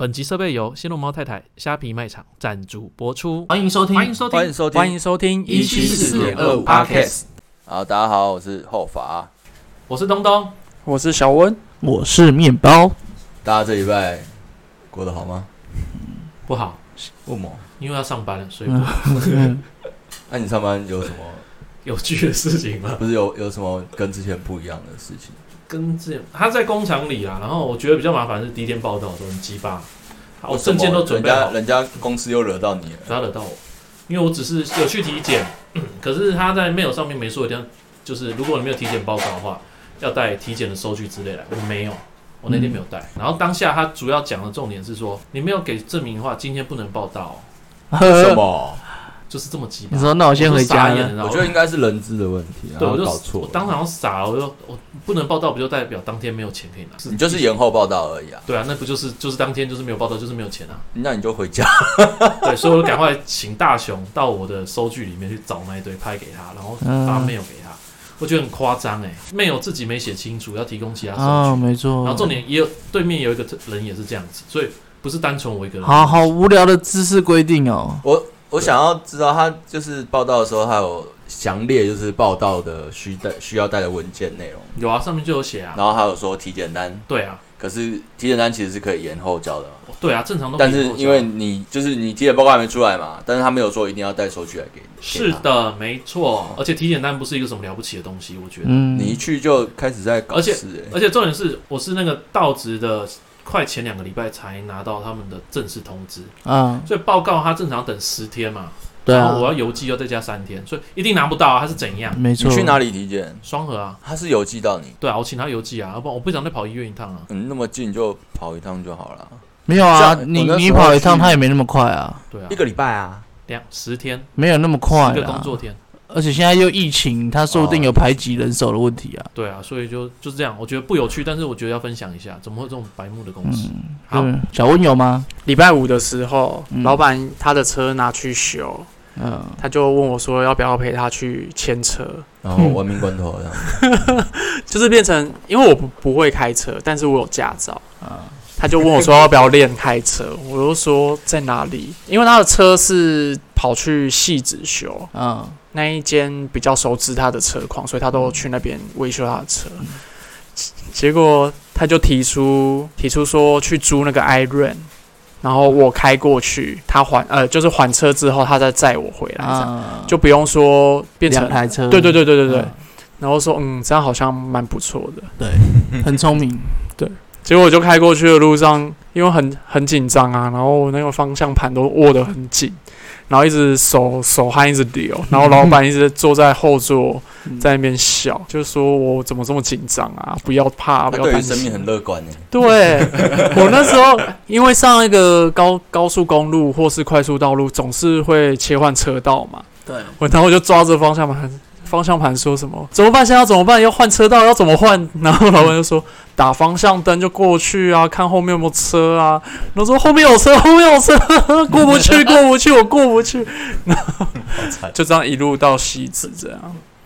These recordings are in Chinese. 本集设备由新龙猫太太虾皮卖场赞助播出。欢迎收听，欢迎收听，欢迎收听，欢迎收听174.25 Podcast，好，大家好，我是后法。我是东东。我是小温。我是面包，大家这礼拜过得好吗？不好，不忙。因为要上班了，所以不那、你上班有什么？ 有趣的事情 嘛。不是有有什么跟之前不一样的事情？跟之前他在工厂里啊，然后我觉得比较麻烦的是第一天报道的时候很鸡巴，我证件都准备好了，人家人家公司又惹到你了。不要惹到我，因为我只是有去体检，嗯可是他在 mail 上面没说一定要，就是如果你没有体检报告的话，要带体检的收据之类来，我没有。我那天没有带，嗯然后当下他主要讲的重点是说，你没有给证明的话，今天不能报道哦、什么？就是这么鸡巴。你说那我先回家我就傻眼了，了，然我后觉得应该是人资的问题，啊对，然后我就搞错我了。当场傻了，我就我不能报道，不就代表当天没有钱可以拿？你就是延后报道而已啊，对啊，那不就是就是当天就是没有报道，就是没有钱啊。那你就回家。 对，所以我就赶快请大雄到我的收据里面去找那一堆拍给他，然后发嗯 mail 给他。我觉得很夸张哎，mail 自己没写清楚，要提供其他啊，收据。没错，然后重点也有对面有一个人也是这样子，所以不是单纯我一个人。好好无聊的知识规定哦，我我想要知道他就是报道的时候，他有详列就是报道的需带需要带的文件内容，有啊，上面就有写啊。然后还有说体检单，对啊，可是体检单其实是可以延后交的嘛。对啊，正常都可以但是报销因为你就是你体检报告还没出来嘛，但是他没有说一定要带收据来给你。是的，没错，而且体检单不是一个什么了不起的东西，我觉得。嗯，你一去就开始在搞而且事、欸，而且重点是，我是那个到职的快前两个礼拜才拿到他们的正式通知，啊，所以报告他正常要等十天嘛，对然啊后，我要邮寄要再加三天，所以一定拿不到啊，他是怎样？没错，你去哪里体检？双核啊，他是邮寄到你，对啊，我请他邮寄啊，要不然我不想再跑医院一趟啊。嗯，那么近就跑一趟就好了，没有啊，像你我那时候你跑一趟，去他也没那么快啊，对啊，个礼拜啊。两十天，没有那么快啊一个啦工，作天，而且现在又疫情，他说不定有排挤人手的问题啊，对啊，所以就就是这样，我觉得不有趣，但是我觉得要分享一下，怎么会有这种白目的公司？好，嗯，小温有吗？礼拜五的时候，嗯老板他的车拿去修，嗯，他就问我说要不要陪他去牵车，然 后文明关头这样，就是变成因为我不不会开车，但是我有驾照，他就问我说要不要练开车，我就说在哪里，因为他的车是跑去戏子修，啊，那一间比较熟知他的车况，所以他嗯都去那边维修他的车。结果他就提出提出说去租那个 i r o n 然后我开过去，他还呃就是还车之后，他再载我回来，这样、啊，就不用说变成两台车，对对对对对对。嗯然后说嗯，这样好像蛮不错的。很聪明，结果我就开过去的路上，因为很很紧张啊，然后我那个方向盘都握得很紧，然后一直手手汗一直流，然后老板一直坐在后座嗯在那边笑，就说我怎么这么紧张啊，不要他怕，不要对于担生命心很。乐观欸呢、对 我那时候，因为上一个高高速公路或是快速道路，总是会切换车道嘛，对，我然后我就抓着方向盘，方向盘说什么怎么办？现在要怎么办？要换车道，要怎么换？然后老板就说 打方向灯就过去啊，看后面有没有车啊。然后说后面有车， 后面有车，过不去，过不去，我过不去。好惨。 就这样一路到西子这样。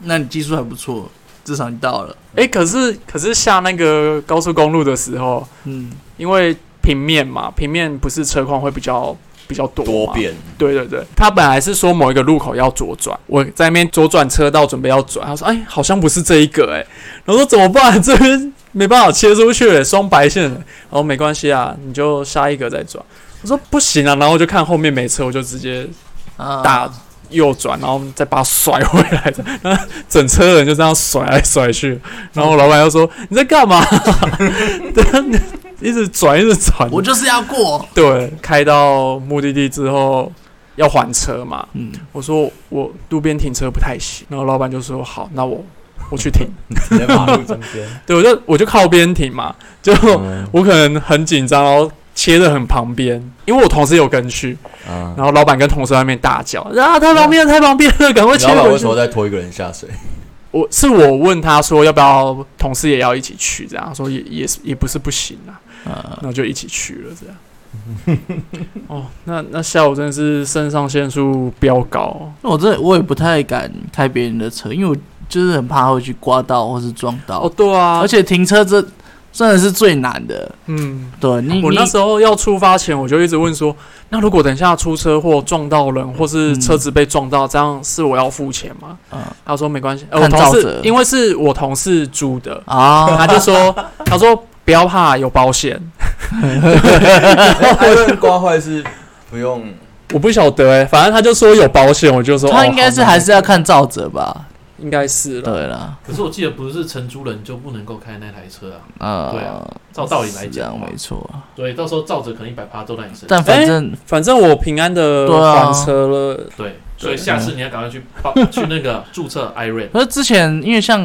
那你技术还不错，至少你到了，诶，可是可是下那个高速公路的时候，嗯，因为平面嘛，平面不是车况会比较比较多多嘛变，对对对，他本来是说某一个路口要左转，我在那边左转车道准备要转，他说：“哎，好像不是这一个哎、然后说：“怎么办？这边没办法切出去、双白线。”然后没关系啊，你就下一个再转。我说：“不行啊！”然后我就看后面没车，我就直接啊大右转，然后再把它甩回来的。然后整车人就这样甩来甩去。然后我老板又说：“你在干嘛？” 一直转，一直转。我就是要过，对，开到目的地之后要还车嘛，嗯，我说我路边停车不太行，然后老板就说好，那我我去停，你在马路中间。嗯对我就我就靠边停嘛，就、我可能很紧张，然后切的很旁边，因为我同事有跟去，啊，然后老板跟同事在那边大叫，啊太旁边了太旁边了，赶快你切老板回为去什。么在拖一个人下水？我是我问他说要不要同事也要一起去，这样他说也也是也不是不行啊，啊，然后就一起去了，这样。哦，那那下午真的是肾上腺素飙高，我这我也不太敢开别人的车，因为我就是很怕会去刮到或是撞到，哦，对啊，而且停车这算的是最难的。嗯，对你，我你那时候要出发前，我就一直问说，那如果等一下出车祸撞到人，或是车子被撞到，这样是我要付钱吗？嗯他说没关系，呃我看同照事着因为是我同事租 的，啊，他就说，他说不要怕，有保险。 艾伦刮坏是不用，我不晓得哎、欸，反正他就说有保险，我就说他应该哦是好吧还是要看照着吧？应该是了。对啦，可是我记得不是承租人就不能够开那台车啊，对呃啊，照道理来是这讲样的话，没错。所以到时候照着可能一百趴都在你身上。但反正反正我平安的对啊还车了，对，所以下次你要赶快去报 去那个注册 iRent，可是之前因为像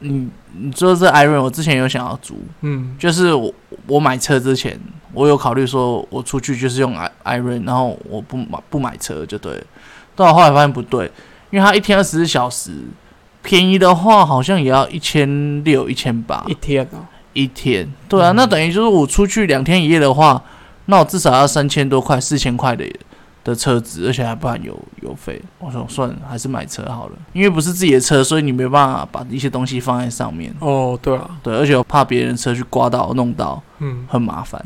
你你说这 Iron，我之前有想要租，嗯，就是我我买车之前，我有考虑说我出去就是用 i Iron，然后我不买不买车就对了。但我后来发现不对，因为它一天二十四小时，便宜的话好像也要一千六、一千八一天啊，一天。对啊，嗯那等于就是我出去两天一夜的话，那我至少要三千多块、四千块的的车子，而且还不含油油费。我想算了，还是买车好了，因为不是自己的车，所以你没办法把一些东西放在上面。哦，对啊，对，而且我怕别人的车去刮到、弄到，嗯。很麻烦。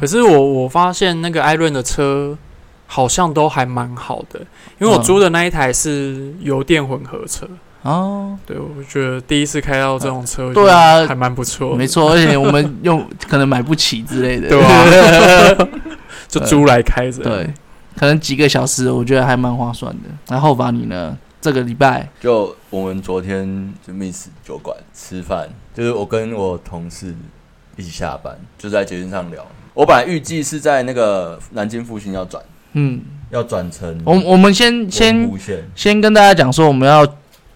可是我我发现那个艾润的车好像都还蛮好的，因为我嗯租的那一台是油电混合车，哦，对我觉得第一次开到这种车，对啊还蛮不错，没，错，而且我们又可能买不起之类的，对啊，就租来开着，对， 可能几个小时，我觉得还蛮划算的。然后吧，你呢？这个礼拜，就我们昨天就 miss 酒馆吃饭，就是我跟我同事一起下班，就在捷运上聊。我本来预计是在那个南京复兴要转，嗯，要转成我我们先先文湖线，先跟大家讲说，我们要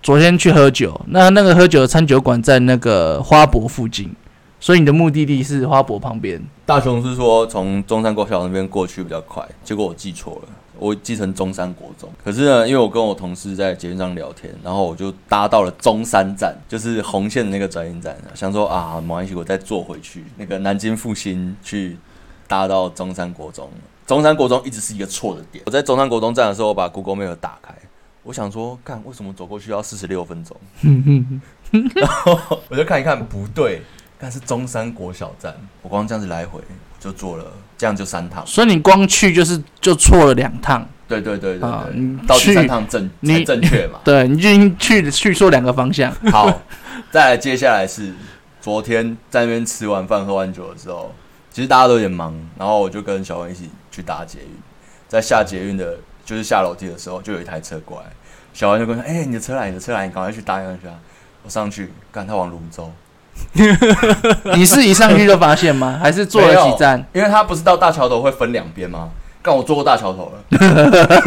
昨天去喝酒，那那个喝酒的餐酒馆在那个花博附近，所以你的目的地是花博旁边。大雄是说从中山国小那边过去比较快，结果我记错了，我记成中山国中。可是呢，因为我跟我同事在捷运上聊天，然后我就搭到了中山站，就是红线的那个转运站，想说啊，没关系，我再坐回去那个南京复兴去搭到中山国中。中山国中一直是一个错的点。我在中山国中站的时候，我把 Google Map 打开，我想说，干为什么走过去要四十六分钟？ 我就看一看，不对，但是中山国小站，我光这样子来回就坐了，这样就三趟。所以你光去就是就错了两趟对对对对对，啊，你到第三去。趟正你。才正确嘛 对，你就已经去去错两个方向，好，再来接下来是昨天在那边吃完饭喝完酒的时候，其实大家都有点忙，然后我就跟小文一起去搭捷运，在下捷运的，就是下楼梯的时候，就有一台车过来，小文就跟我说：“哎、你的车来，你的车来，你赶快去搭上去啊！”我上去，干他往泸州，你是一上去就发现吗？还是坐了几站？因为他不是到大桥头会分两边吗？干我坐过大桥头了，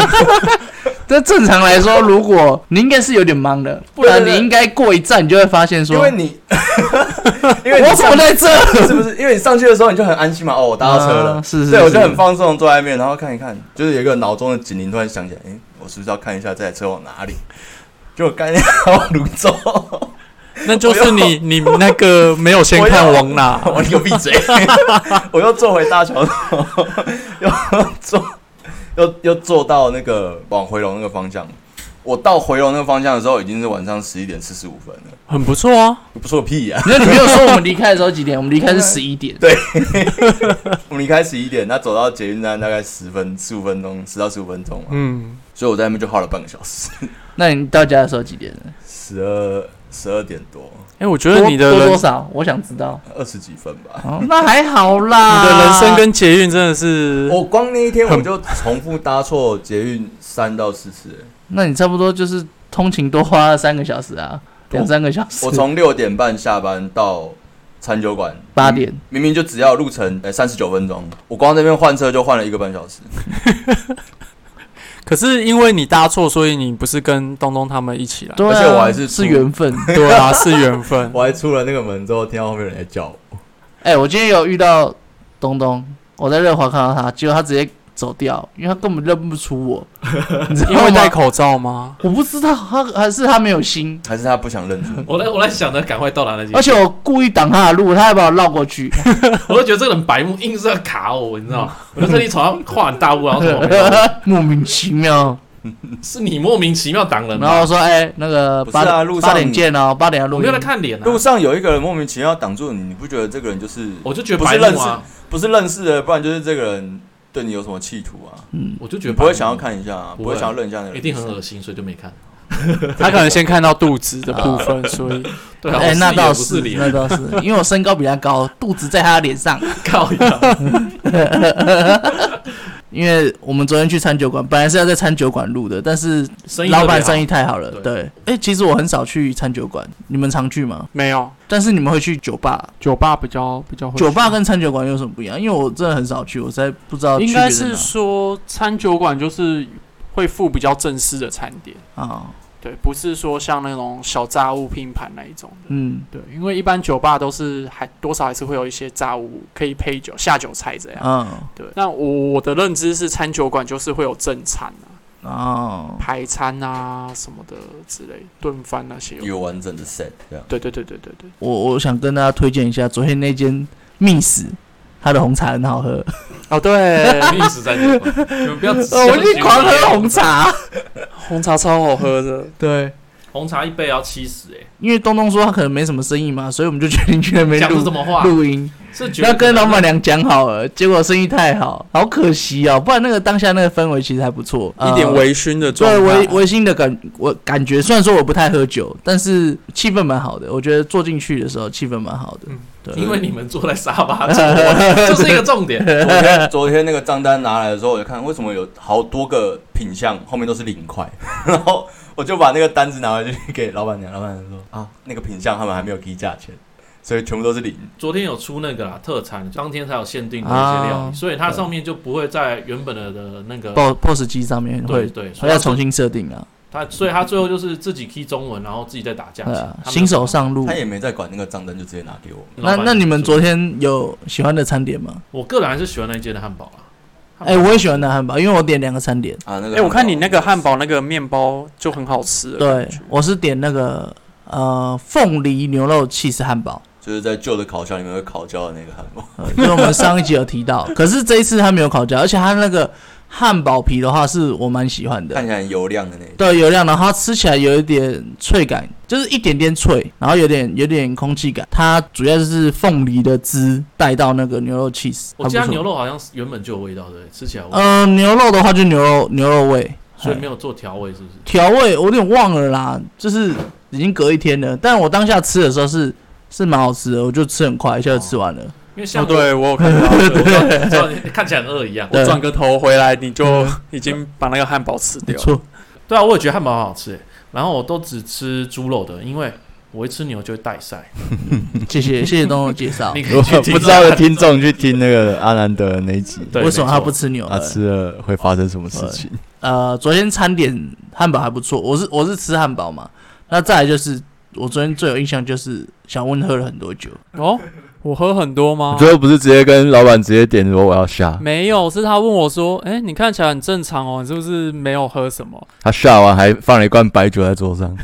但正常来说，如果你应该是有点忙的，不然对对你对应该过一站，你就会发现说，哦因为你， 因为你我怎么在 这？是不是？因为你上去的时候你就很安心嘛，哦，我搭到车了，啊是是对，我是就很放松，坐在那边，然后看一看，就是有一个脑中的警铃突然响起来，诶，我是不是要看一下这台车往哪里？ 就我刚往泸州， 那就是 你你那个没有先看往哪，我你个闭嘴！ 我又坐回大桥头， 又坐，又又坐到那个往回龙那个方向。我到回龙那个方向的时候，已经是晚上十一点四十五分了，很不错啊，不错屁呀、你说你没有说我们离开的时候几点？我们离开是十一点。我们离开十一点，那走到捷运站大概十分十五分钟，十到十五分钟嘛，嗯，所以我在那边就耗了半个小时。那你到家的时候几点了？十二十二点多，哎，我觉多得你的多人多少？我想知道。二十几分吧。哦，那还好你啦。的人生跟捷运真的是，我哦光那一天很我就重复搭错捷运三到四次，那你差不多就是通勤多花了三个小时哦啊，两三个小时。我从六点半下班到餐酒馆八点，嗯明明就只要路程呃三十九分钟，我光那边换车就换了一个半小时。可是因为你搭错，所以你不是跟东东他们一起来，对啊而且我还是是缘分。对啊，是缘 分， 我还出了那个门之后，听到后面有人在叫我，哎，我今天有遇到东东，我在乐华看到他，结果他直接走掉，因为他根本认不出我，你知道因为吗戴口罩 吗？我不知道他还是他没有心，还是他不想认出 我来我来想着赶快到达那而些，且我故意挡他的路，他还把我绕过去。我就觉得这个人白目，嗯哦 硬是要卡我，你知道吗？我就特地从他画很大雾，然后怎么没有莫名其妙。是你莫名其妙挡人然后吗？说，哎，那个不是八啊点路上八点见哦，八点要我录没音有。在看脸 啊路，上有一个人莫名其妙挡住你，你不觉得这个人就是我就觉得不是白认目识啊，不是认识的，不然就是这个人对你有什么企图啊？我就觉你得不会想要白目，看一下、啊，不不会会想要认一下那个人，一定很恶心，所以就没看。哎他可能先看到肚子的部分，所 以对啊，哎，那倒是是，脸那倒是，因为我身高比他 高，肚子在他的脸上。 靠呀，因为我们昨天去餐酒馆，本来是要在餐酒馆录的，但是生意老特别板好生意太好了。对对，哎、其实我很少去餐酒馆，你们常去吗？没有但是你们会去酒吧？酒吧比较比较会酒吧跟餐酒馆有什么不一样？因为我真的很少去，我实在不知道区应别在哪。该是说餐酒馆就是会付比较正式的餐点，啊，对，不是说像那种小炸物拼盘那一种的。嗯，对，因为一般酒吧都是还多少还是会有一些炸物可以配酒下酒菜这样。嗯，对，那我我的认知是餐酒馆就是会有正餐啊、哦，排餐啊什么的之类，炖饭那些有。有完整的 set 这样。对对对对对对，我我想跟大家推荐一下昨天那间密室，它的红茶很好 喝，哦 对，一直在这块，你们不要只相信我去狂喝红，茶。红茶超好喝的。对，红茶一杯要七十哎，因为东东说他可能没什么生意嘛，所以我们就决定去那边讲出录什么话？录音。是觉得要跟老板娘讲好了，结果生意太好，好可惜哦。不然那个当下那个氛围其实还不错，呃一点微醺的状对微态。微醺的感，我感觉虽然说我不太喝酒，但是气氛蛮好的。我觉得坐进去的时候气氛蛮好的。嗯对，因为你们坐在沙 发上，我就是一个重点。昨天昨天那个账单拿来的时候，我就看为什么有好多个品相后面都是零块，然后我就把那个单子拿回去给老板娘，老板娘说啊，那个品相他们还没有给价钱，所以全部都是零。昨天有出那个啦特产，当天才有限定的一些料啊理，所以它上面就不会在原本的的那个 boss boss 机上面对会，对，所还以要它重新设定啊。它，所以它最后就是自己 key 中文，然后自己再打价对钱啊。，它没有新手上路他。也没再管那个账单，就直接拿给我。那老板那你们昨天有喜欢的餐点吗？我个人还是喜欢那一间的汉堡啊啦。汉堡哎、我也喜欢那汉堡，因为我点两个餐点。啊，那个哎、我看你那个汉堡那个面包就很好吃了。对，我是点那个呃凤梨牛肉气司汉堡。就是在旧的烤箱里面会烤焦的那个汉堡，呃 因为我们上一集有提到，可是这一次他没有烤焦，而且他那个汉堡皮的话是我蛮喜欢看的，起来很油亮的那种。对，油亮，然后它吃起来有一点脆感，就是一点点脆，然后有点有点空气感。它主要就是凤梨的汁带到那个牛肉 cheese，我还家不错牛，肉好像是原本就有味道，对不对，吃起来有味道，呃，牛肉的话就牛肉牛肉味，所以没有有做调味，是不是？调味，我有点忘了啦，就是已经隔一天了，但我当下吃的时候是是蛮好吃的，我就吃很快，一下哦就吃完了。因为像哦，我对我有看到，对我知道你看起来很饿一 样。对 我转个头回来你就已经把那个汉堡吃没掉。错，对啊，我也觉得汉堡好好吃欸，然后我都只吃猪肉的，因为我一吃牛就会带晒。谢谢谢谢东东的介绍 你。可以去听的听众去听那个阿南德那一 集，对为什么他没不错吃啊牛？呃了会发生什么事情？呃，昨天餐点汉堡还不错，我是我是吃汉堡嘛。那再来就是我昨天最有印象就是小温喝了很多酒，哦，我喝很多吗？最后不是直接跟老板直接点说我要虾，没有，是他问我说：“哎、你看起来很正常哦，你是不是没有喝什么他下完还放了一罐白酒在桌上，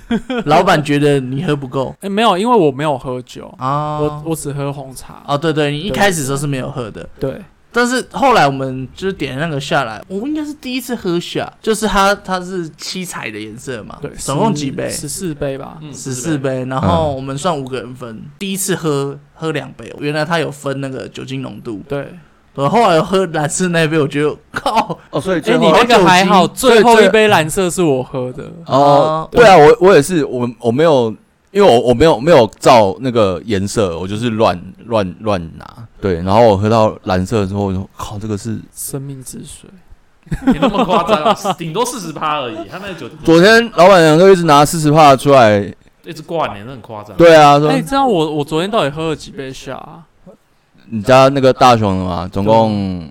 老板觉得你喝不够？”哎、没有，因为我没有喝酒，啊。我我只喝红茶。哦，对对，你一对开始的时候是没有喝的，对，但是后来我们就是点那个下来，我应该是第一次喝下，就是它它是七彩的颜色嘛，对，啊总共几杯？十四杯吧。嗯十四。 杯，然后我们算五个人分，第一次喝喝两杯，原来它有分那个酒精浓度，对，我后来喝蓝色那一杯，我觉得靠，哦，所以哎、最你后那个还好，好最后最一杯蓝色是我喝的。哦哦，对啊，我我也是，我我没有，因为我我没有没有照那个颜色，我就是乱乱乱拿，对，然后我喝到蓝色之后，我就靠，这个是生命之水，你那么夸张啊，顶多四十趴而已。他那个酒昨天老板娘就一直拿四十帕出来，一直灌呢，那很夸张。，对啊，说哎、这样我我昨天到底喝了几杯下、啊？你家那个大熊的嘛，总共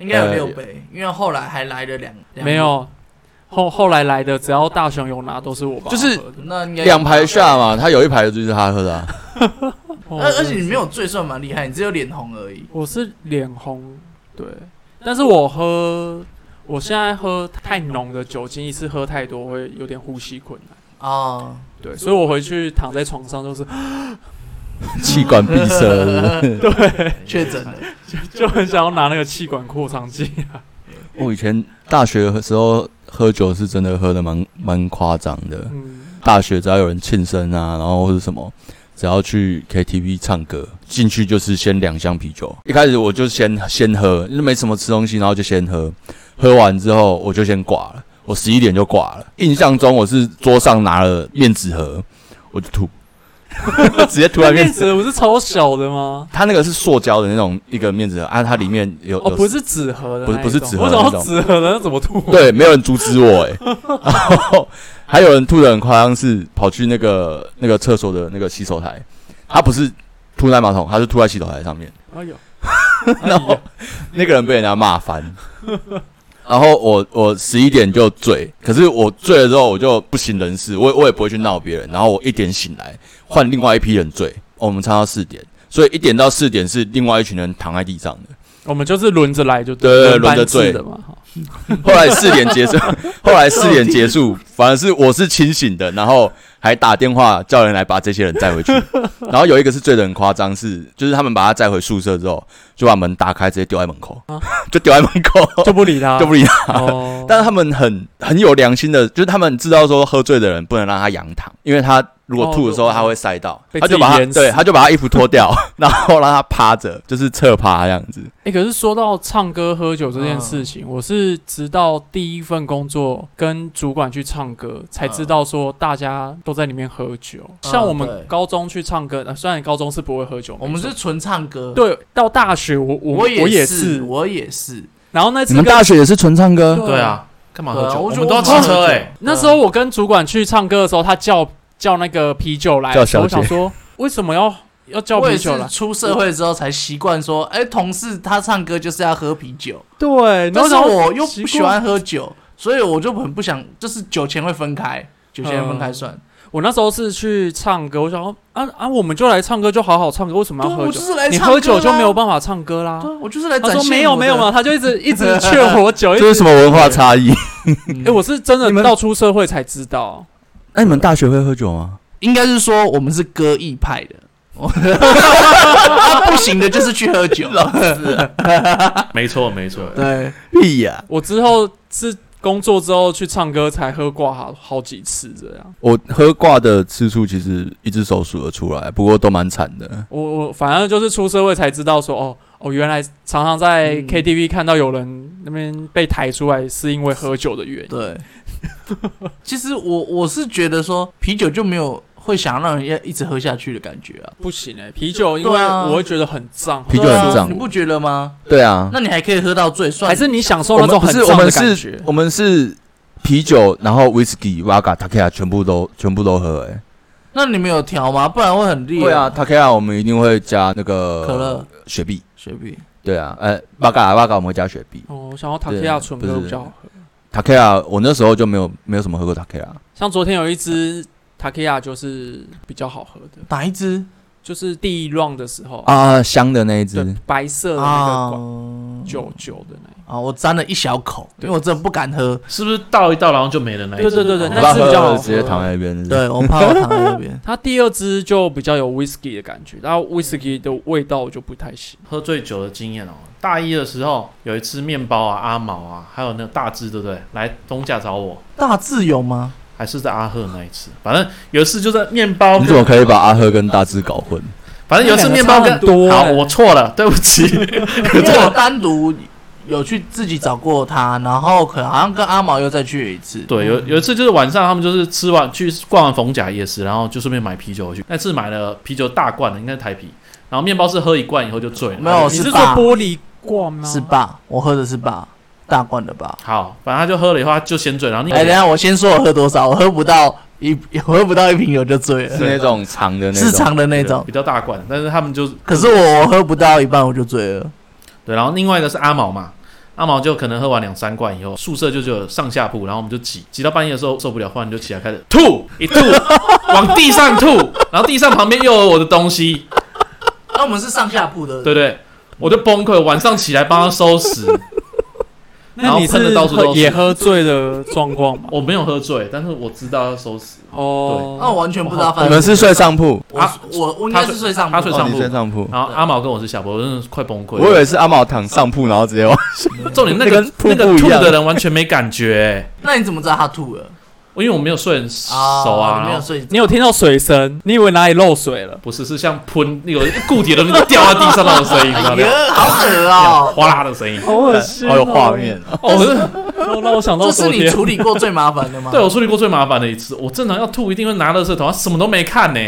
应该有六呃杯，因为后来还来了两两没，有，后后来来的只要大雄有拿都是我吧。就是那应该有两排下。嘛，他有一排就是他喝的、啊， 哦而而且你没有醉算蛮厉害，你只有脸红而已。我是脸红，对，但是我喝，我现在喝太浓的酒精，一次喝太多会有点呼吸困难，哦，对，所以我回去躺在床上就是 气管闭 塞是不是。确诊了，就很想要拿那个气管扩张剂，我以前大学的时候喝酒是真的喝的蛮蛮夸张的。 嗯，大学只要有人庆生啊，然后或是什么，只要去 KTV 唱歌，进去就是先两箱啤酒。一开始我就先先喝，因为没什么吃东西，然后就先喝。喝完之后我就先挂了，我十一点就挂了。印象中我是桌上拿了面纸盒，我就吐， 直接吐在面面纸。纸不是超小的吗？它那个是塑胶的那种一个面纸盒，啊，它里面有哦，有不是纸盒的那一种，不是不是纸盒我的想那种要纸盒的，那怎么吐？ 啊对，没有人阻止我哎、欸，然后还有人吐的很夸张，是跑去那个那个厕所的那个洗手台，他不是吐在马桶，他是吐在洗手台上面，哎呦，然后那个人被人家骂翻，然后我我十一点就醉，可是我醉了之后我就不省人事，我也我也不会去闹别人，然后我一点醒来换另外一批人醉，哦我们唱到四点，所以一点到四点是另外一群人躺在地上的。我们就是轮着来就对对对轮班轮着制醉的嘛。哈后来四点 结束，后来四点结束，反而是我是清醒的，然后还打电话叫人来把这些人载回 去。然后有一个是醉得很夸张，是就是他们把他载回宿舍之后，就把门打开，直接丢在门口，啊 就丢在门口，就啊不理他，就不理他。哦，但是他们很很有良心的，就是他们知道说喝醉的人不能让他仰躺，因为他如果吐的时候哦他会塞到，被他自己就把他淹死对他就把他衣服脱掉， 然后让他趴着，就是侧趴这样子。哎、可是说到唱歌喝酒嗯这件事情，我是直到第一份工作跟主管去唱歌，才嗯知道说大家都在里面喝酒。像我对们高中去唱歌，呃、虽然高中是不会喝酒，我们没错是纯唱歌。，对到大学我我我也也是是，我也是。然后那次你们跟大学也是纯唱歌？对啊，干嘛喝对啊酒？我觉们得都要骑们车喝酒哎、那嗯时候我跟主管去唱歌的时候，他叫叫那个啤酒来，叫小姐我想说为什么要要叫我啤也酒来是？出社会之后才习惯说，哎、同事他唱歌就是要喝啤酒，对，然但后是想说我又奇不怪喜欢喝酒，所以我就很不想，就是酒钱会分开，酒钱分开嗯算。我那时候是去唱歌，我想说啊啊，我们就来唱歌，就好好唱歌，为什么对啊，要喝我酒就？是来你唱歌喝酒就没有法。办法唱歌啦对。啊，我就是来他展现说没有我的没有嘛，，他就一直一直劝我酒。一这直是什么文化差异？嗯哎，我是真的你们到出社会才知道，那你们大学会喝酒吗？应该是说我们是歌艺派的。 啊不行的就是去喝酒，没错没错， 对，屁呀、我之后是工作之后去唱歌才喝挂好好几次这样。我喝挂的次数其实一只手数得出来，不过都蛮惨的。我我反正就是出社会才知道说哦哦，原来常常在嗯 KTV 看到有人那边被抬出来是因为喝酒的原 因。对，其实我我是觉得说啤酒就没有会想让人家一直喝下去的感觉啊，不行哎，啤酒因为对啊我会觉得很胀，啤酒对啊很胀你不觉得吗？对啊，那你还可以喝到醉，算还是你享受我那们种不很是我胀的们感是觉，我们是啤酒，然后 whisky、vodka、takea 全部都全部都喝、欸。那你们有调吗？不然会很哎，烈。对啊，，takea 我们一定会加那个可乐、雪碧。雪碧，对啊，呃，vodka vodka 我们会加雪碧。哦，我想要塔克对亚啊纯不歌是比较好喝。 takea 我那时候就没有没有什么喝过 takea，像昨天有一支塔克亚就是比较好喝的，哪一支就是第一 round 的时候，啊，香的那一对只。，白色的那个啊管？九九的那一啊，我沾了一小口，因为我真的不敢喝，是不是倒一倒然后就没了那一对只对对对哦那我爸是比较喝好喝。了直接躺在那边。对我怕我躺在那边它第二支就比较有 whisky 的感觉，然后 whisky 的味道我就不太行。喝醉酒的经验哦。大一的时候有一次面包啊、阿毛啊，还有那个大志，对不对？来东价找我，大致有吗？还是在阿赫那一次。反正有一次就在面包你，怎么可以把阿赫跟大志搞混？反正有一次面包那跟两个差好，很多欸我错了，对不起。 因啊为我单独有去自己找过他，然后可能好像跟阿毛又再去一次。对，有有一次就是晚上他们就是吃完去逛完逢甲夜市，然后就顺便买啤酒回去。那次买了啤酒大罐的，应该是台啤。然后面包是喝一罐以后就醉了。没有哦你是是说吧玻璃罐吗？是？吧？我喝的是吧，大罐的吧。好，反正他就喝了以后他就先醉，然后哎、等一那下我先说我喝多少，我喝不到一， 我喝不到一瓶酒就醉是了，那种长的那种。是长的那种。比较大罐，但是他们就可是我我喝不到一半我就醉了，对，然后另外一个是阿毛嘛，阿毛就可能喝完两三罐以后，宿舍就只有上下铺，然后我们就挤，挤到半夜的时候受不了，忽然就起来开始吐，一吐往地上吐，然后地上旁边又有我的东西，那我们是上下铺的，对不对？我就崩溃，晚上起来帮他收拾。那你然后喷是得到处都是也喝醉的状况吗？我没有喝醉，但是我知道要收拾。哦，那我完全不知道发啊你生。们是睡上铺，我我我应该是睡上铺，他睡上哦铺啊你睡上铺。然后阿毛跟我是下坡，我真的快崩溃。我以为是阿毛躺上铺，然后直接往重点那那个跟瀑布那个吐一样的人完全没感觉、那你怎么知道他吐了？因为我没有睡很熟哦啊，你没然有后睡。你有听到水声？你以为哪里漏水了？不是是像喷那个固体的东西掉在地上那种声音，你知道哎 吗？呀， 好恶哦！哗啦的声音。好恶心、好有画。面啊！哦，我是让我想到这是昨你天， 处理过最麻烦的吗？对我处理过最麻烦的一次，我正常要吐一定会拿垃圾桶，他什么都没 看呢、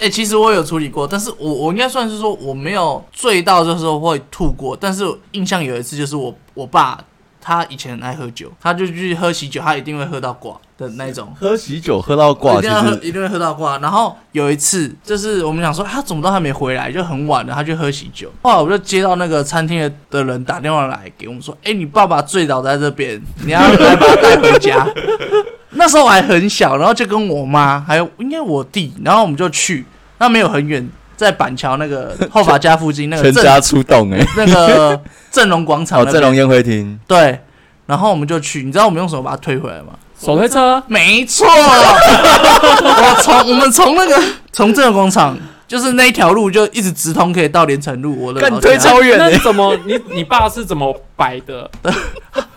哎、其实我有处理过，但是我我应该算是说我没有醉到就是说会吐过，但是印象有一次就是我我爸他以前很爱喝酒，他就去喝喜酒，他一定会喝到挂的那一种。喝喜酒喝到挂，一其定要喝，实一定会喝到挂。然后有一次，就是我们想说他怎么都还没回来，就很晚了，他去喝喜酒。后来我就接到那个餐厅的的人打电话来给我们说，哎、你爸爸醉倒在这边，你要来把他带回家。 那时候我还很小，然后就跟我妈还有应该我弟，然后我们就去，那没有很远，在板桥那 个后法家附近那个全正家出动 哎！那个正荣广场哦，那正边，龙宴会厅，对。然后我们就去，你知道我们用什么把他推回来吗？手推车，啊没 错，我从我们从那个从这个广场，就是那一条路就一直直通可以到连城路。我的干老啊推家超远欸那的你，怎么你你爸是怎么摆的？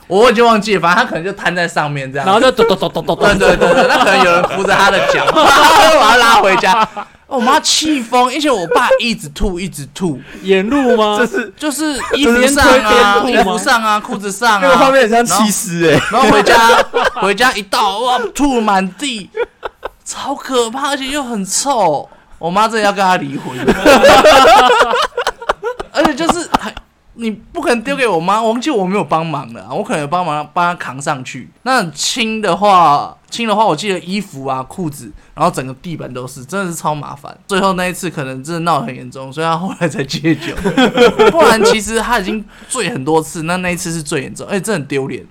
我已经忘记了，反正他可能就瘫在上面这样。然后就咚咚咚咚咚对咚，对对对，那可能有人扶着他的脚， 把他拉回家。哦我妈气疯，而且我爸一直吐，一直吐，沿路 吗？是就是衣服 上啊，这是边推边衣吐服吗上啊，裤子上啊，那个画面很像气势哎！然后回家，回家一到，哇，吐满地，超可怕，而且又很臭。我妈真的要跟他离婚，而且就是还你不可能丢给我妈，我忘记我没有帮忙了啊，我可能有帮忙帮她扛上去。那轻的话，轻的话，我记得衣服啊、裤子，然后整个地板都是，真的是超麻烦。最后那一次可能真的闹得很严重，所以她后来才戒酒， 不然其实她已经醉很多次，那那一次是最严重，而且真的很丢脸。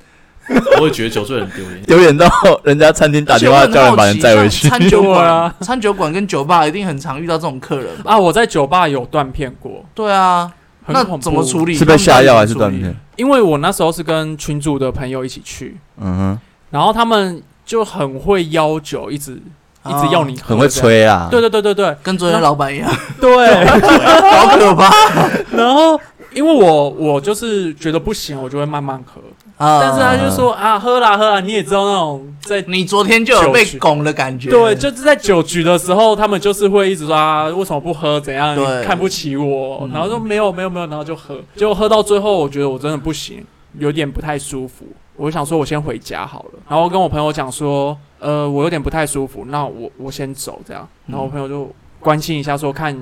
我也觉得酒醉很丢脸。 有点到人家餐 厅打电话而且我叫很人把好人奇载回去像， 餐酒对馆啊、餐酒馆跟酒吧一定很常遇到这种客人吧？啊，我在酒吧有断片过，对啊，很恐那怖怎么处理？是被下药还是他们到断底怎么片处理？？因为我那时候是跟群主的朋友一起去，嗯哼，然后他们就很会要酒，一直一直要你喝，很会。吹啊！对对对对对跟昨天老板一样，对，好可怕 然后因为我我就是觉得不行，我就会慢慢喝，啊！但是他就说啊，喝啦喝啦，你也知道那种在你昨天就有被拱的感觉，对，就是在酒局的时候，他们就是会一直说啊，为什么不喝？怎样？对你看不起我？然后说没有没有没有，然后就喝，结果喝到最后，我觉得我真的不行，有点不太舒服。我想说，我先回家好了。然后跟我朋友讲说，呃，我有点不太舒服，那我我先走这样。然后我朋友就关心一下说，看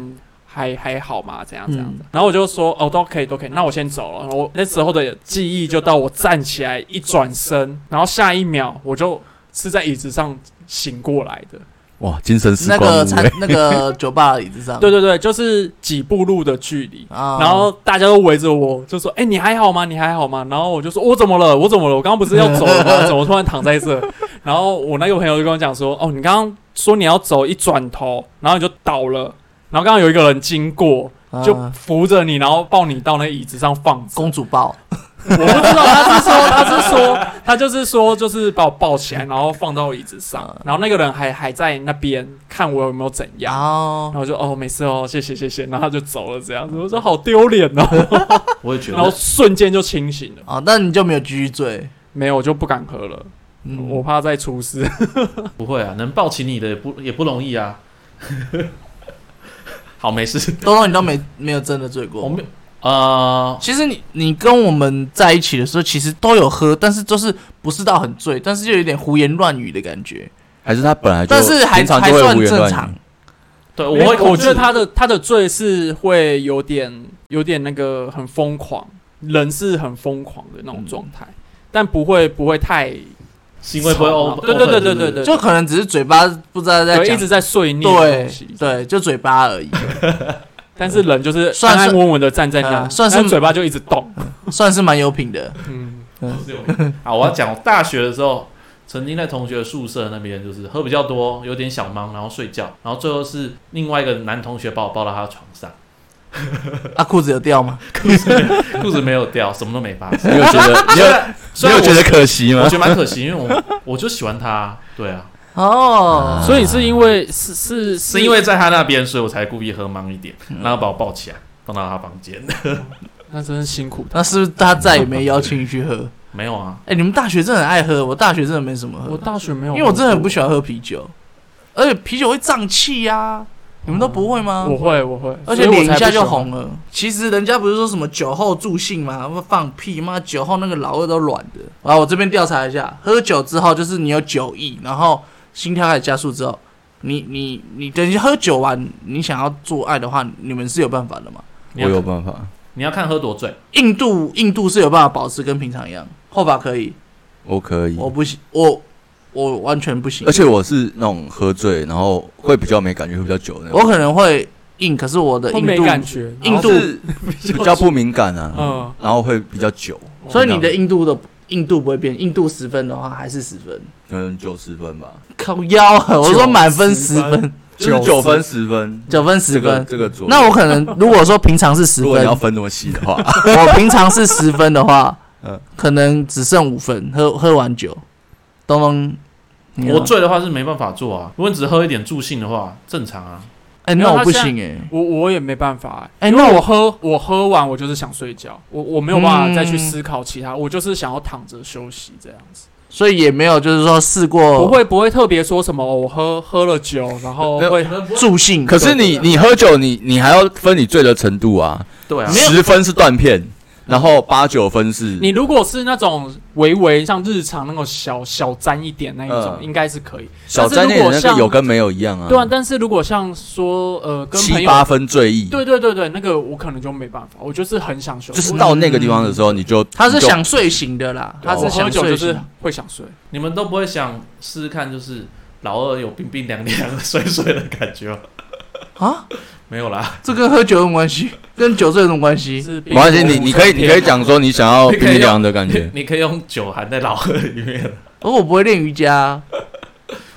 还还好吗？怎样怎样的。然后我就说，哦，都可以，都可以，那我先走了。然后我那时候的记忆就到我站起来一转身，然后下一秒我就是在椅子上醒过来的。哇，精神时那光个屋餐哎！那个酒吧的椅子上，对对对，就是几步路的距离。啊，然后大家都围着我，就说：“哎、你还好吗？你还好吗？”然后我就说：“我怎么了？我怎么了？我刚刚不是要走 了吗？怎么突然躺在这？”然后我那个朋友就跟我讲说：“哦，你刚刚说你要走，一转头，然后你就倒了。然后刚刚有一个人经过，啊就扶着你，然后抱你到那椅子上放着。公主抱，我不知道他是说，他是说，他就是说，就是把我抱起来，然后放到椅子上。啊然后那个人还还在那边看我有没有怎样然。后然后我就哦没事哦，谢谢谢谢，然后他就走了这样子，我说好丢脸哦，我也觉然后得，瞬间就清醒了，啊，那你就没有继续醉，没有我就不敢喝了，嗯我怕再出事。不会啊，能抱起你的也不也不容易 啊。好，没事，东东你都没没有真的醉过，我们呃，其实你你跟我们在一起的时候，其实都有喝，但是就是不是到很醉，但是就有点胡言乱语的感觉，还是他本来就但是还平常还就会算胡言正乱常语，。对我会控制， 我觉得他的他的罪是会有点有点那个很疯狂，人是很疯狂的那种状态，但不会不会太行为不会吵 over，闹对对对 over，对是不是对对，就可能只是嘴巴不知道在对讲一直在碎念的东对西，对，就嘴巴而已， 但是人就是算安是安稳稳的站在那，呃算是但嘴巴就一直动，算是蛮有品的。嗯， 啊，我要讲，我大学的时候曾经在同学宿舍那边，就是喝比较多，有点小忙，然后睡觉，然后最后是另外一个男同学把我抱到他的床上，啊，裤子有掉吗？ 裤子没有掉，什么都没发生。你有觉得你有虽然你有我觉得可惜我吗觉？得蛮可惜，因为我我就喜欢他，对啊，哦， 所以是因为是是是因为在他那边，所以我才故意喝忙一点，然后把我抱起来放到他房间。那真是辛苦他。那是不是他再也没邀请你去 喝？没有啊，哎、你们大学真的很爱喝，我大学真的没什么我喝，大学没有，因为我真的很不喜欢喝啤酒，而且啤酒会胀气呀，你们都不会吗？我会我会，而且所以脸我一才下就不喜欢红。了。其实人家不是说什么酒后助兴吗？放屁！妈，酒后那个老二都软的。然后我这边调查一下，喝酒之后就是你有酒意，然后心跳开始加速之后，你你你等于喝酒完，你想要做爱的话，你们是有办法的吗？你我有要办法，你要看喝多醉，印度印度是有办法保持跟平常一样，后法可以，我可嗯以。我不行，我我完全不行而。且我是那种喝醉，然后会比较没感觉，会比较久的那种。我可能会硬，可是我的会硬没度，感觉，哦印度然后是比较不敏感啊，嗯，然后会比较久，所以你的硬度的硬度不会变，硬度十分的话还是十分。可能九十分吧，靠腰啊！我说满分十分，就是90九分十分，九分十这个分。这个左右。那我可能如果说平常是十如果分你，要分那么细的话， 我平常是十分的话嗯，可能只剩五分。喝喝完酒，东东，你呢我醉的话是没办法做啊。如果你只喝一点助兴的话，正常啊。哎，没有那我他不现在行哎，我我也没办法、哎欸因为那我我喝我喝完我就是想睡觉，我我没有办法再去嗯思考其他，我就是想要躺着休息这样子。所以也没有就是说试过哦不会不会特别说什么，哦我喝喝了酒，然后没有会助兴，可是你你喝酒，你你还要分你醉的程度啊，对啊，没有十分是断片，然后八九分是你如果是那种微微像日常那种小小沾一点那一种，嗯应该是可以。小但詹那是如果个那像个有跟没有一样啊，对啊，但是如果像说呃跟朋七友，八分醉意，对对对对，那个我可能就没办法，我就是很想休息，就是到那个地方的时候，你就他是你哦就想睡醒的啦，他我是我喝想酒睡就是醒。会想睡。你们都不会想试试看，就是老二有冰冰凉凉、水水的感觉吗？啊，没有啦，这跟喝酒有什么关系？跟酒醉有什么关系？是没关系，你你可以你可以讲说你想要你可以冰凉的感你觉， 嗯你可以用酒含在老二里面，啊而我不会练瑜伽啊，哦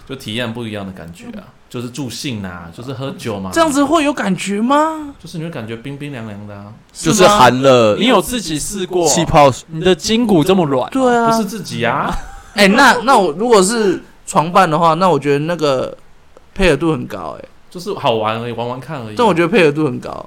就体验不一样的感觉啊，就是助兴啊，就是喝酒嘛，这样子会有感觉吗？就是你会感觉冰冰凉凉的啊，就是吗含了你有自己试过？气泡水，你的筋骨这么软，对啊，不是自己啊， 哎、那那我如果是床伴的话，那我觉得那个配合度很高、哎，就是好玩而已，玩玩看而已啊。但我觉得配合度很高。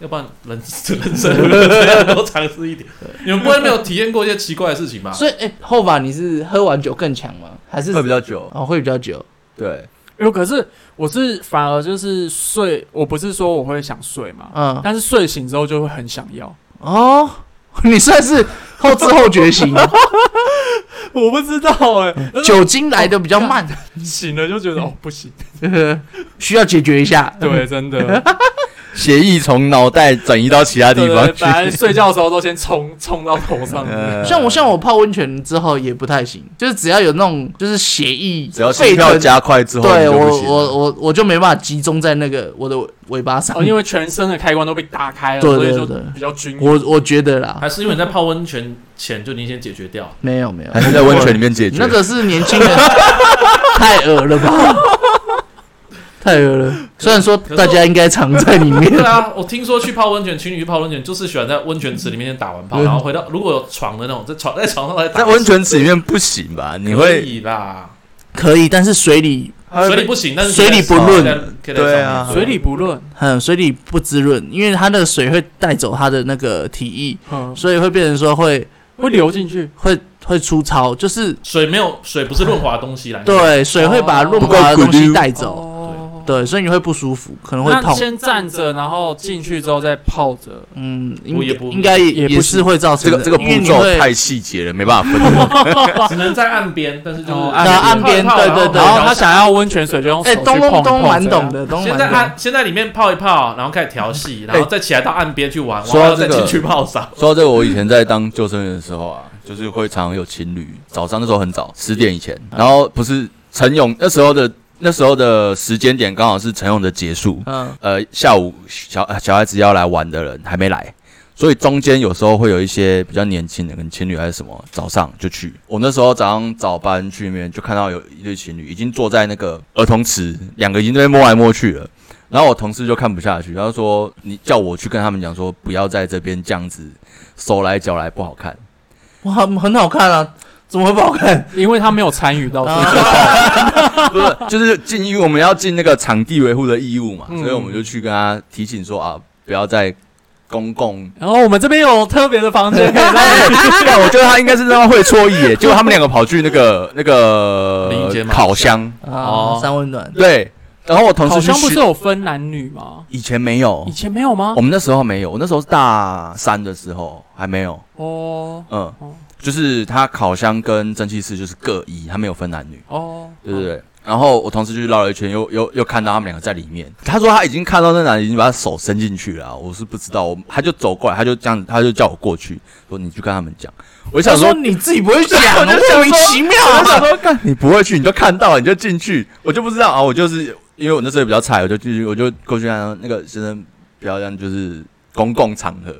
要不然人人生如果这样多尝试一点，你们不会没有体验过一些奇怪的事情吧？啊所以，哎、后把你是喝完酒更强吗？还是会比较久，哦会比较久？对，有可是我是反而就是睡，我不是说我会想睡嘛，嗯，但是睡醒之后就会很想要。哦， 你算是后知后觉 型，我不知道哎、酒精来的比较慢， 醒了就觉得哦不行，需要解决一下。对，真的。血液从脑袋转移到其他地对方对，去本。来睡觉的时候都先冲冲到头上。呃像我像我泡温泉之后也不太行，就是只要有那种就是血液只要沸心腾跳，加快之后，对你就不我行了我我我就没办法集中在那个我的尾巴上，哦，因为全身的开关都被打开了，对对所对以就比较均匀。我我觉得啦，还是因为你在泡温泉前就已经先解决掉，没有没有还，是在温泉里面解决。那个是年轻人，太恶了吧？太恶了。虽然说大家应该藏在里面 对，啊，我听说去泡温泉，情侣去泡温泉就是喜欢在温泉池里面先打完炮，嗯然后回到如果有床的那种，在床在床上来打在温泉池里面不行吧？你可会以啦，可以，但是水里，呃水里不行，但是水里不可论以在可以在对啊上面水里不论，嗯，水里不滋润，因为它那个水会带走它的那个体液，嗯，所以会变成说会会流进去。会会粗糙，就是水没有水不是润滑的东西啦，对水会把润滑的东西带走，哦，对，所以你会不舒服，可能会那痛。先站着，然后进去之后再泡着。嗯，应我也不应该也也不也是行会造这成个的这个步因为你骤会太细节了，没办法分。只能在岸边，但是就是哦那岸边泡一泡对对对然后他然想要温泉水就用手哎，去东碰东一东碰蛮这懂样的，东先蛮在懂的岸，先在里面泡一泡，然后开始调戏，然后再起来到岸边去玩，说玩到后再这个进去泡澡。说到这个，我以前在当救生员的时候啊，就是会常常有情侣，早上那时候很早，十点以前，然后不是晨泳那时候的那时候的时间点刚好是晨泳的结束，嗯，呃，下午小呃小孩子要来玩的人还没来，所以中间有时候会有一些比较年轻的跟情侣还是什么，早上就去。我那时候早上早班去那边就看到有一对情侣已经坐在那个儿童池，两个已经在那边摸来摸去了。然后我同事就看不下去，他就说：“你叫我去跟他们讲说，不要在这边这样子手来脚来不好看。” 哇，很很好看啊，怎么会不好看？因为他没有参与到，所以不是，就是尽于我们要尽那个场地维护的义务嘛，嗯所以我们就去跟他提醒说啊，不要在公共。然后我们这边有特别的房 间 可以让哎你但我觉得他应该是让他会搓衣耶，结果他们两个跑去那个那淋街个吗烤箱，哦三温暖，对，然后我同好事去哦啊像不是学，有分男女吗？以前没有以，前没有吗我？们那时候没有，我那时候是大三的时候还没有，哦嗯哦，就是他烤箱跟蒸汽室就是各一，他没有分男女。哦，对对对。然后我同事就去绕了一圈，又又又看到他们两个在里面。他说他已经看到那男的已经把他手伸进去了啊，我是不知道。我他就走过来，他就这样，他就叫我过去，说你去跟他们讲。我就他想说说，你自己不会讲，我就想说莫名其妙啊。我就想说，干你不会去，你就看到了，你就进去。我就不知道啊，我就是因为我那时候也比较菜，我就进去，我就过去让那个先生不要这样，就是公共场合。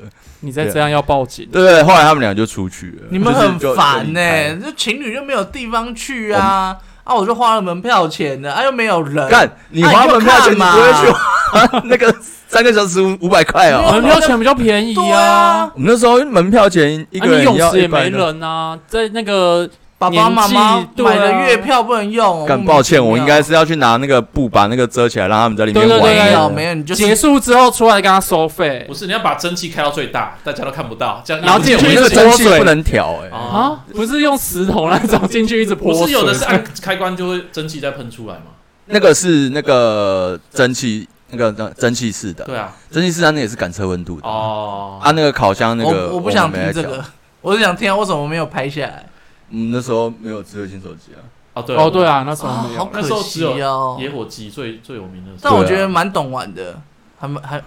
你再这样要报警。对对，后来他们俩就出去了。你们很就是就烦呢、就离这情侣就没有地方去啊！啊，我就花了门票钱的，啊又没有人，开干，你花门票钱，你不会啊你去就花那个三个小时五五百块哦。门票钱比较便宜对啊啊，，我们那时候门票钱一啊个人你泳要池也100没呢。人啊，在那个爸爸妈年妈纪对啊买的月票不能用，干，抱歉，我应该是是要去拿那个布把那个遮起来，让他们在里面对玩。对对没有对没有，你就结是束之后出来跟他收费不是，你要把蒸汽开到最大，大家都看不到，这样然后进我去们那个一直泼蒸汽水不能调哎、啊，啊？不是用石头那种进去一直泼不水，是有的是 按开关就会蒸汽再喷出来嘛？那个是那个蒸汽，那个蒸蒸汽室的，对啊，蒸汽室它那也是感测温度的。哦，啊，那个烤箱那个我我不想们听没在这调个，我是想听啊为什么没有拍下来，嗯，那时候没有智慧型手机啊。哦对哦，对，啊，那时候啊没好有。那可时候只惜有哦。野火鸡最最有名的时但候，我对啊觉得蛮懂玩的，还蛮还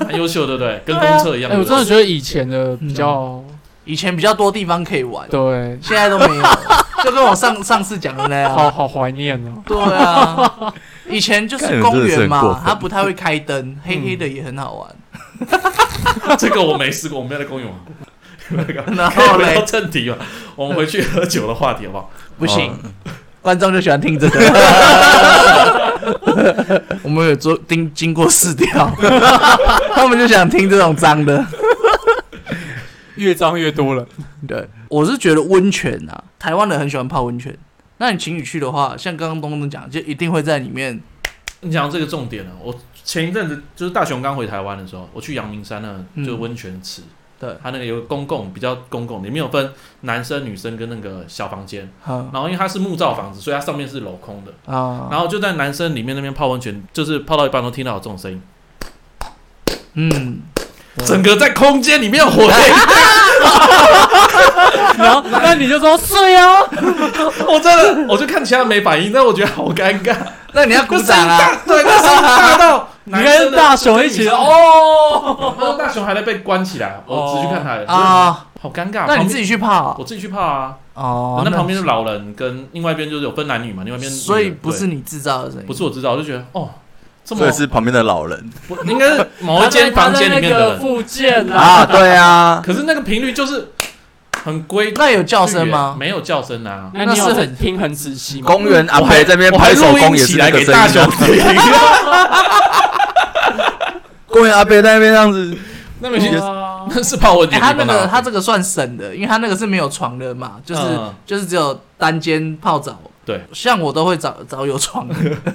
蛮优秀，对不对？跟对啊公厕一样。哎，我对不对真的觉得以前的比较以前比较多地方可以玩，对，现在都没有，就跟我上上次讲的那样。好好怀念哦。对啊，以前就是公园看你们真的是很过嘛分，它不太会开灯，黑黑的也很好玩。这个我没试过，我没有在公园玩。那个然可以后回到嘞，正题吧，我们回去喝酒的话题好不好？不哦行，观众就喜欢听这个。 我们有做经经过试 调，他们就想听这种脏的。越脏越多了，对，我是觉得温泉啊，台湾人很喜欢泡温泉。那你情侣去的话，像刚刚东东讲，就一定会在里面。你讲到这个重点了、啊我前一阵子就是大雄刚回台湾的时候，我去阳明山呢，嗯就温泉池，对，它那个有个公共比较公共，里面有分男生女生跟那个小房间，啊然后因为它是木造房子，所以它上面是镂空的，啊，然后就在男生里面那边泡温泉，就是泡到一半都听到有这种声音，嗯，整个在空间里面有回音，然后那你就说睡啊，我真 的我就看其他人没反应，但我觉得好尴尬，那你要鼓掌 啊！对，那声音大到你男生跟的哦大雄一起跟女生哦，然后大雄还在被关起来，我只去看他了，哦啊，好尴尬。那你旁边自己去泡啊我自己去泡啊，哦。那旁边是老人跟另外一边就是有分男女嘛，另外一边所以女的不是你制造的声对音，不是我知道，我就觉得哦，这所么以是旁边的 老人不应该是某一间房间里面的人，附件啊，啊，对啊，可是那个频率就是很规律，那有叫声吗？没有叫声啊，那你有那是很听很仔细吗？公园阿我还培这边拍手我还录工也是那个音起来给声大音雄啊。听，公园阿培在那边这 样子，那没觉得啊那 是泡温哎、泉他地那方个啊，他这个算省的，因为他那个是没有床的嘛，就是、嗯就是只有单间泡澡。对，像我都会找找有床的。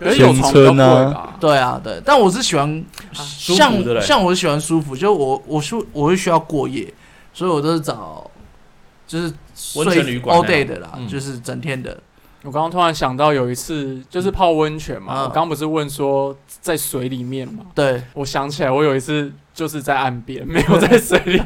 可是有床比较贵吧？对啊，对，但我是喜欢啊舒像服的嘞像我是喜欢舒服，就我我是我会需要过夜，所以我都是找就是睡温泉旅馆 all 那种 day 的啦，嗯就是整天的。我刚刚突然想到有一次，就是泡温泉嘛，嗯我刚不是问说在水里面嘛，对，我想起来我有一次就是在岸边， 没有在水里面，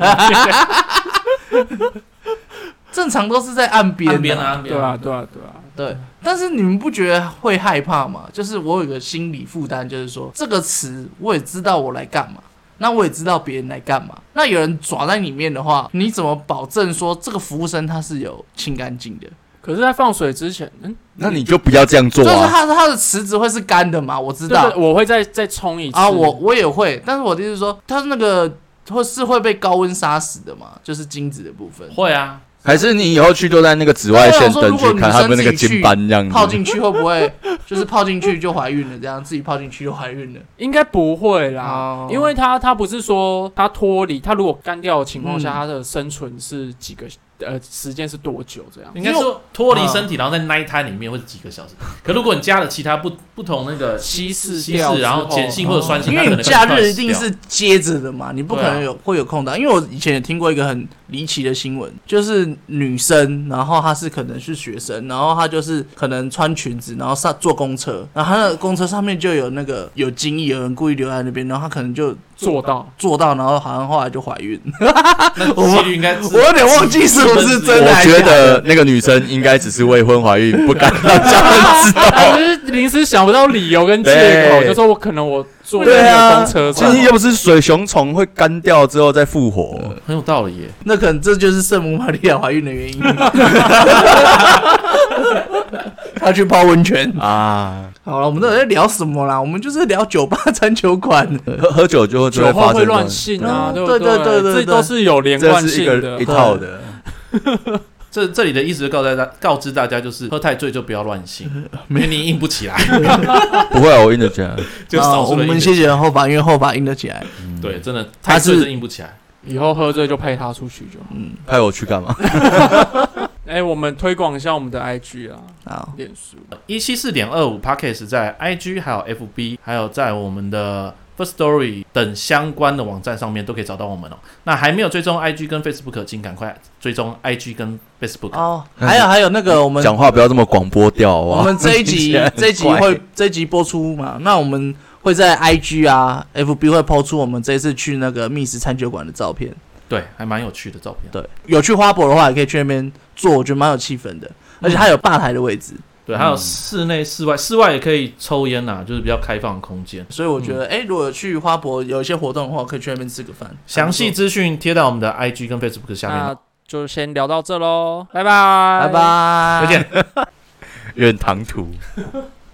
正常都是在岸边、岸边啊，，岸边对 啊，对啊，对啊，对，但是你们不觉得会害怕吗？就是我有个心理负担，就是说这个词我也知道我来干嘛，那我也知道别人来干嘛。那有人抓在里面的话，你怎么保证说这个服务生他是有清干净的？可是，在放水之前，嗯，那你就不要这样就做是啊。他他的池子会是干的嘛？我知就道是我会再再冲一次啊，我我也会，但是我的意思是说，他那个会是会被高温杀死的嘛？就是精子的部分会啊，还是你以后去就在那个紫外啊线灯去看他们那个金斑这样子。泡进去会不会就是泡进去就怀孕了？这样自己泡进去就怀孕了？应该不会啦。哦因为它它不是说它脱离，它如果干掉的情况下，嗯它的生存是几个呃时间是多久这样？应该说脱离身体，然后在那一摊里面会是几个小时。可如果你加了其他不不同那个稀释稀掉释，之然后碱性或者酸性，哦嗯因它可为能你假更快日死一定掉啊是接着的嘛，你不可能有、会有空档。因为我以前也听过一个很离奇的新闻，就是女生，然后她是可能是学生，然后她就是可能穿裙子，然后上坐公车，然后她的公车上面就有那个有精液，有人故意留在那边，然后她可能就做到坐到，然后好像后来就怀孕。 那几率应该是我有点忘记是不是真的我还是假觉的。得那个女生应该只是未婚怀孕，不敢让 家人知他道。就是临时想不到理由跟借口，对就说我可能我坐那对个啊，公车其实上，又不是水熊虫会干掉之后再复活。很有道理耶。那可能这就是圣母玛利亚怀孕的原因。 她去泡温泉。啊，好了，我们到底在聊什么啦？我们就是聊酒吧、 餐酒馆。喝喝酒就会就酒会后发会生乱性啊，对不对对对对对这都是有连这贯是一性个的一。套的。这这里的意思就告诉大家，告知大家就是喝太醉就不要乱性， 因为你硬不起来，不会啊，我硬着讲， 就啊少我数人硬们得谢起谢后法，因为后法硬得起来。来。嗯对，真的他太醉是真硬不起来。以后喝醉就配他出去就好。派我去干嘛？哎，我们推广一下我们的 IG 啊，好，脸书。一七四点二五 Pockets 在 IG 还有 FB，还有在我们的 First Story 等相关的网站上面都可以找到我们哦。那还没有追踪 IG 跟 Facebook，请赶快追踪 IG 跟 Facebook。哦，还有还有那个我们讲话不要这么广播调好不好我们这一 听集起来很这一集怪会这一集播出嘛？那我们会在 IG 啊、FB 会抛出我们这次去那个密室餐酒馆的照片。对，还蛮有趣的照片。对，有去花博的话，也可以去那边坐，我觉得蛮有气氛的，而且它有吧台的位置，对，还有室内、室外，室外也可以抽烟呐、就是比较开放的空间。所以我觉得，哎、如果有去花博有一些活动的话，可以去那边吃个饭。详细资讯贴到我们的 IG 跟 Facebook 下面哦。那就先聊到这喽，拜拜，啊拜。拜，再见。有点唐突。